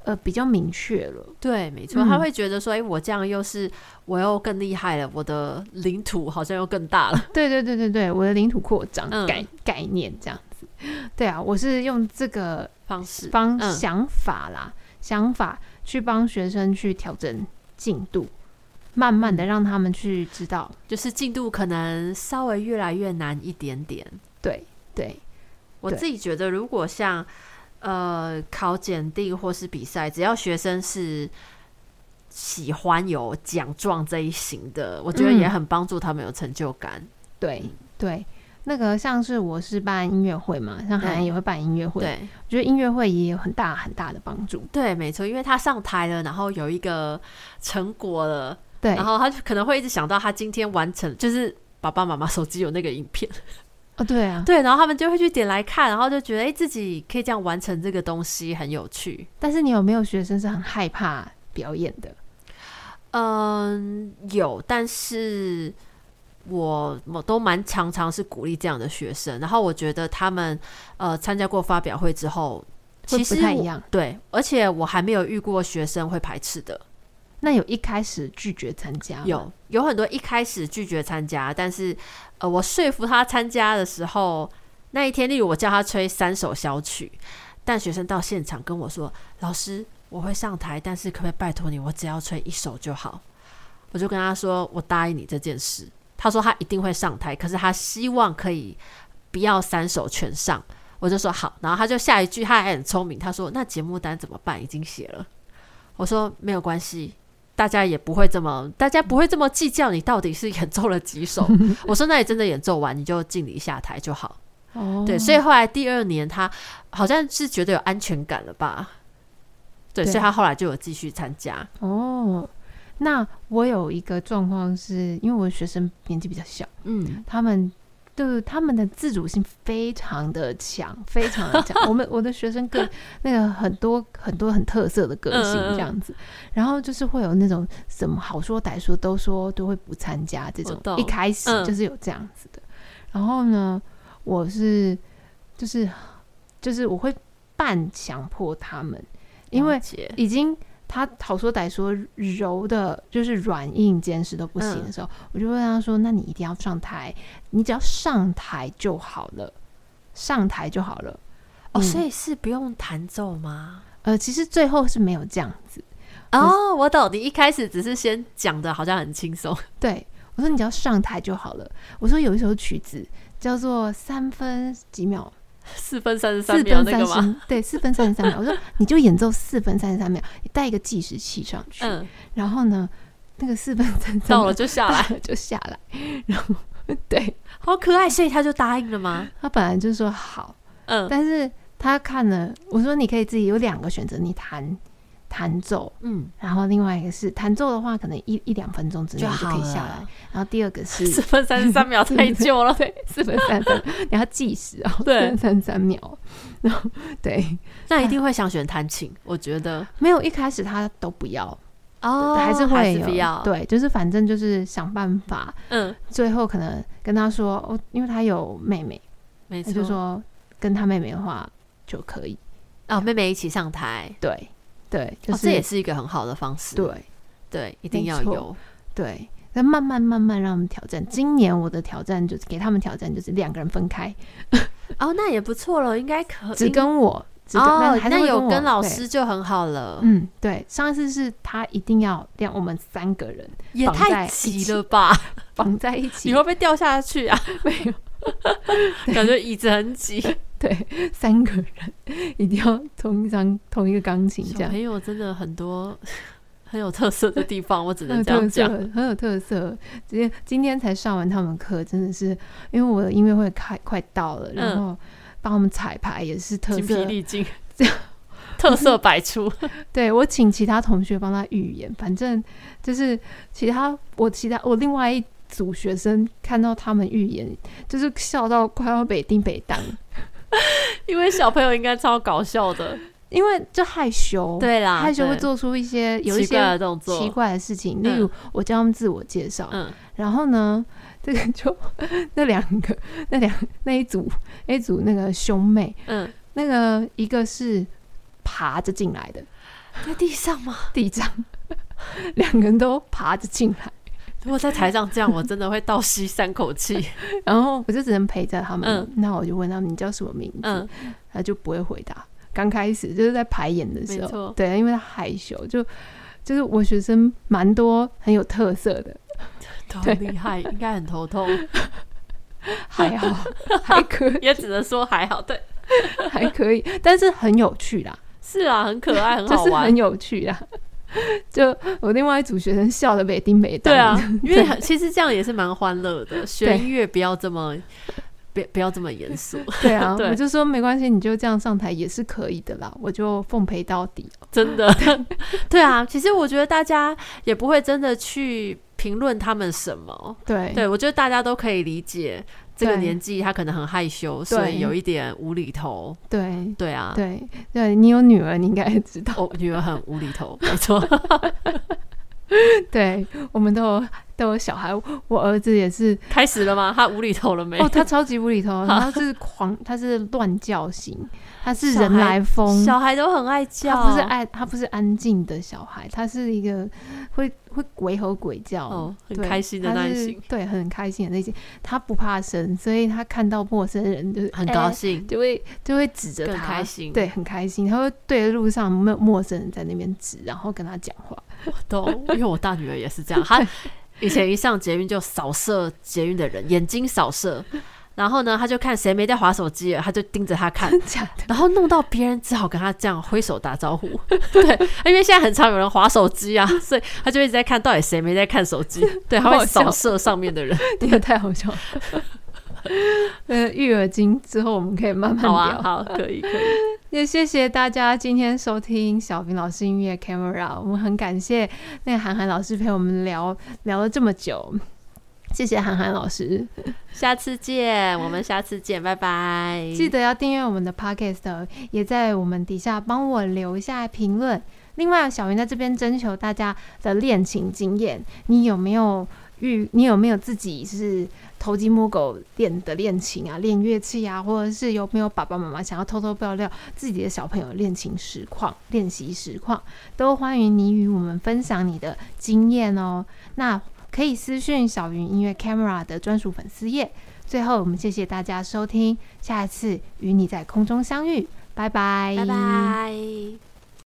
Speaker 2: 呃比较明确了。
Speaker 3: 对，没错，
Speaker 2: 嗯
Speaker 3: 他会觉得说，哎、我这样又是我又更厉害了，我的领土好像又更大了。
Speaker 2: 对对对对对，我的领土扩张
Speaker 3: 嗯
Speaker 2: 概、概念这样子。对啊，我是用这个
Speaker 3: 方式
Speaker 2: 方
Speaker 3: 嗯
Speaker 2: 想法啦，想法去帮学生去调整进度，慢慢
Speaker 3: 嗯
Speaker 2: 的让他们去知道，
Speaker 3: 就是进度可能稍微越来越难一点点。
Speaker 2: 对对
Speaker 3: 我
Speaker 2: 对
Speaker 3: 自己觉得，如果像呃考检定或是比赛，只要学生是喜欢有奖状这一型的，我觉得
Speaker 2: 嗯
Speaker 3: 也很帮助他们有成就感。
Speaker 2: 对
Speaker 3: 嗯
Speaker 2: 对。那个像是我是办音乐会嘛，像韩
Speaker 3: 对
Speaker 2: 寒也会办音乐会，
Speaker 3: 对
Speaker 2: 我觉得音乐会也有很大很大的帮助。
Speaker 3: 对，没错，因为他上台了，然后有一个成果了，
Speaker 2: 对，
Speaker 3: 然后他就可能会一直想到他今天完成，就是爸爸妈妈手机有那个影 片，
Speaker 2: 哦对啊，
Speaker 3: 对，然后他们就会去点来看，然后就觉得哎、诶自己可以这样完成这个东西，很有趣。
Speaker 2: 但是你有没有学生是很害怕表演的？
Speaker 3: 嗯，有，但是我我都蛮常常是鼓励这样的学生，然后我觉得他们呃参加过发表会之后，
Speaker 2: 会
Speaker 3: 其
Speaker 2: 不
Speaker 3: 实
Speaker 2: 太
Speaker 3: 我
Speaker 2: 一样。
Speaker 3: 对，而且我还没有遇过学生会排斥的，
Speaker 2: 那有一开始拒绝参加吗，
Speaker 3: 有有很多一开始拒绝参加，但是呃，我说服他参加的时候，那一天，例如我叫他吹三首小曲，但学生到现场跟我说：“老师，我会上台，但是可不可以拜托你，我只要吹一首就好？”我就跟他说：“我答应你这件事。”他说他一定会上台，可是他希望可以不要三首全上。我就说好，然后他就下一句，他还很聪明，他说：“那节目单怎么办？已经写了。”我说：“没有关系，大家也不会这么，大家不会这么 计较你到底是演奏了几首。我说那你真的演奏完，你就敬礼下台就好。
Speaker 2: 哦
Speaker 3: 对，所以后来第二年他好像是觉得有安全感了吧？对，
Speaker 2: 对
Speaker 3: 所以他后来就有继续参加。
Speaker 2: 哦，那我有一个状况是，因为我的学生年纪比较小，
Speaker 3: 嗯，
Speaker 2: 他们对他们的自主性非常的强，非常的 强。我们我的学生个那个很多很多很特色的个性
Speaker 3: 嗯嗯嗯
Speaker 2: 这样子，然后就是会有那种什么好说歹说都说都会不参加这种
Speaker 3: 我，懂
Speaker 2: 一开始
Speaker 3: 嗯
Speaker 2: 就是有这样子的。然后呢，我是就是就是我会半强迫他们，因为
Speaker 3: 了解
Speaker 2: 已经他好说歹说柔的，就是软硬兼施都不行
Speaker 3: 嗯
Speaker 2: 的时候，我就会跟他说：“那你一定要上台，你只要上台就好了，上台就好了。”
Speaker 3: 哦，
Speaker 2: 嗯
Speaker 3: 所以是不用弹奏吗？
Speaker 2: 呃，其实最后是没有这样子。
Speaker 3: 哦，我懂，你一开始只是先讲的好像很轻松，
Speaker 2: 对我说：“你只要上台就好了。”我说有一首曲子叫做《三分几秒》，
Speaker 3: 四分三十三
Speaker 2: 四
Speaker 3: 秒
Speaker 2: 分三
Speaker 3: 那个吗？
Speaker 2: 十，对，四分三十三秒。我说你就演奏四分三十三秒，你带一个计时器上去，
Speaker 3: 嗯，
Speaker 2: 然后呢，那个四分三十三
Speaker 3: 到了
Speaker 2: 秒
Speaker 3: 就下来，
Speaker 2: 就下来，然后对。
Speaker 3: 好可爱，所以他就答应了吗？
Speaker 2: 他本来就说好，
Speaker 3: 嗯
Speaker 2: 但是他看了我说你可以自己有两个选择，你弹弹奏，
Speaker 3: 嗯，
Speaker 2: 然后另外一个是弹奏的话，可能一一两分钟之内
Speaker 3: 就
Speaker 2: 你就可
Speaker 3: 好
Speaker 2: 以下来
Speaker 3: 了，。
Speaker 2: 然后第二个是
Speaker 3: 四分三十三秒太久了， 对，
Speaker 2: 四分三三，然后计时哦，
Speaker 3: 对
Speaker 2: 四分三三秒， 然后对，
Speaker 3: 那一定会想选弹琴，我觉得
Speaker 2: 没有一开始他都不要，
Speaker 3: 哦
Speaker 2: 还是
Speaker 3: 还
Speaker 2: 会
Speaker 3: 是
Speaker 2: 有
Speaker 3: 不要，，
Speaker 2: 对，就是反正就是想办法，
Speaker 3: 嗯，
Speaker 2: 最后可能跟他说哦，因为他有妹妹，
Speaker 3: 没
Speaker 2: 他
Speaker 3: 错，
Speaker 2: 就说跟他妹妹的话就可以，
Speaker 3: 哦，妹妹一起上台，
Speaker 2: 对对，就
Speaker 3: 哦，
Speaker 2: 是、
Speaker 3: 这也是一个很好的方式，
Speaker 2: 对。
Speaker 3: 对，一定
Speaker 2: 没
Speaker 3: 要
Speaker 2: 错
Speaker 3: 有，
Speaker 2: 对，那慢慢慢慢让他们挑战。今年我的挑战就是给他们挑战，就是两个人分开，
Speaker 3: 哦，那也不错了，应该可
Speaker 2: 只跟我，只跟、
Speaker 3: 哦
Speaker 2: 那，还是
Speaker 3: 那
Speaker 2: 会
Speaker 3: 有
Speaker 2: 跟
Speaker 3: 跟
Speaker 2: 我
Speaker 3: 老，师就很好了
Speaker 2: 对，嗯，对，上一次是他一定要让我们三个人
Speaker 3: 也
Speaker 2: 绑在
Speaker 3: 太
Speaker 2: 一
Speaker 3: 急
Speaker 2: 起
Speaker 3: 了吧？
Speaker 2: 绑在一起
Speaker 3: 你，会不会掉下去啊？
Speaker 2: 没有
Speaker 3: 感觉椅子很挤，
Speaker 2: 对，三个人一定要同一张同一个钢琴这
Speaker 3: 小
Speaker 2: 样
Speaker 3: 朋。友真的很多很有特色的地方，我只
Speaker 2: 很
Speaker 3: 能
Speaker 2: 有
Speaker 3: 这
Speaker 2: 特
Speaker 3: 样
Speaker 2: 色
Speaker 3: 讲。，
Speaker 2: 很有特色。今天今天才上完他们课，真的是因为我的音乐会开快到了，然
Speaker 3: 嗯
Speaker 2: 后帮我们彩排也是特
Speaker 3: 精
Speaker 2: 色
Speaker 3: 疲力尽，特色百出。
Speaker 2: 对我请其他同学帮他预言，反正就是其他我其他我另外一组学生看到他们预言，就是笑到快要北丁北当，
Speaker 3: 因为小朋友应该超搞笑的，
Speaker 2: 因为就害羞，，
Speaker 3: 对啦，
Speaker 2: 害羞会
Speaker 3: 对
Speaker 2: 做出一些有一
Speaker 3: 奇怪
Speaker 2: 些
Speaker 3: 的动作，
Speaker 2: 奇怪的事情，
Speaker 3: 嗯
Speaker 2: 例如我教他们自我介绍，
Speaker 3: 嗯，
Speaker 2: 然后呢，这个就 那两个那两那一组那一组那个兄妹，
Speaker 3: 嗯
Speaker 2: 那个一个是爬着进来的
Speaker 3: 在地上吗？
Speaker 2: 地上， 两个人都爬着进来。
Speaker 3: 如果在台上这样，我真的会倒吸三口气。
Speaker 2: 然后我就只能陪着他们。
Speaker 3: 嗯
Speaker 2: 那我就问他们你叫什么名字，
Speaker 3: 嗯，
Speaker 2: 他就不会回答。刚开始就是在排演的时
Speaker 3: 没
Speaker 2: 候
Speaker 3: 错，
Speaker 2: 对，因为他害羞，就就是我学生蛮多很有特色 的，
Speaker 3: 都很厉害，应该很头痛，
Speaker 2: 还好还可以
Speaker 3: 也只能说还好。对，
Speaker 2: 还可以，但是很有趣啦，
Speaker 3: 是啊，很可爱，很
Speaker 2: 就
Speaker 3: 好
Speaker 2: 是
Speaker 3: 玩
Speaker 2: 很。有趣啦。 就我另外一组学生笑的北丁北当，
Speaker 3: 对 啊，因为很其实这样也是蛮欢乐的。学音乐不要这么，不不要这么严 肃，
Speaker 2: 对啊，
Speaker 3: 对
Speaker 2: 我就说没关系，你就这样上台也是可以的啦，我就奉陪到底。
Speaker 3: 真的。对啊，其实我觉得大家也不会真的去评论他们什么。
Speaker 2: 对
Speaker 3: 对我觉得大家都可以理解，这个
Speaker 2: 对
Speaker 3: 年纪他可能很害羞，所以
Speaker 2: 对
Speaker 3: 有一点无厘头。
Speaker 2: 对
Speaker 3: 对啊，
Speaker 2: 对对，你有女儿，你应该也知道。
Speaker 3: 我女儿很无厘头，没错。
Speaker 2: 对，我们都有都有小孩，我儿子也是
Speaker 3: 开始了吗？他无厘头了没？
Speaker 2: 哦，他超级无厘 头，
Speaker 3: 好
Speaker 2: 他是狂，他是乱叫型，他是
Speaker 3: 小
Speaker 2: 人
Speaker 3: 孩
Speaker 2: 来疯，
Speaker 3: 小孩都很爱叫，
Speaker 2: 他不是爱，他不是安静的小孩，他是一个会会鬼吼鬼叫，
Speaker 3: 哦，很
Speaker 2: 对
Speaker 3: 开心的
Speaker 2: 他
Speaker 3: 耐
Speaker 2: 是
Speaker 3: 心，
Speaker 2: 对，很开心的那些，他不怕生，所以他看到陌生人就是
Speaker 3: 很
Speaker 2: 哎
Speaker 3: 高兴，
Speaker 2: 就会就会指着
Speaker 3: 更
Speaker 2: 他
Speaker 3: 开。心。
Speaker 2: 对，很开心，他会对着路上陌陌生人在那边指，然后跟他讲话。
Speaker 3: 懂，因为我大女儿也是这样，她 以前一上捷运就扫射捷运的人，眼睛扫射，然后呢，她就看谁没在划手机了，她就盯着他看，
Speaker 2: 真假的？
Speaker 3: 然后弄到别人只好跟她这样挥手打招呼。 对，因为现在很常有人划手机啊，所以她就一直在看到底谁没 在看手机，对，她
Speaker 2: 好
Speaker 3: 会扫
Speaker 2: 笑
Speaker 3: 射上面的人。
Speaker 2: 这个太好笑了。呃育儿经之后我们可以慢慢聊。
Speaker 3: 好啊，好，可以，可以。
Speaker 2: 也谢谢大家今天收听小平老师音乐 Camera，我们很感谢那个韩寒老师陪我们聊聊了这么久，谢谢韩寒老师，
Speaker 3: 下次见，我们下次见，拜拜。
Speaker 2: 记得要订阅我们的 Podcast，也在我们底下帮我留下评论。另外，小云在这边征求大家的恋情经验，你有没有遇？你有没有自己是偷鸡摸狗练的恋情啊，练乐器啊，或者是有没有爸爸妈妈想要偷偷爆料自己的小朋友恋情实况、练习实况，都欢迎你与我们分享你的经验哦。那可以私讯小云音乐 Camera 的专属粉丝页。最后，我们谢谢大家收听，下一次与你在空中相遇，拜拜，
Speaker 3: 拜拜。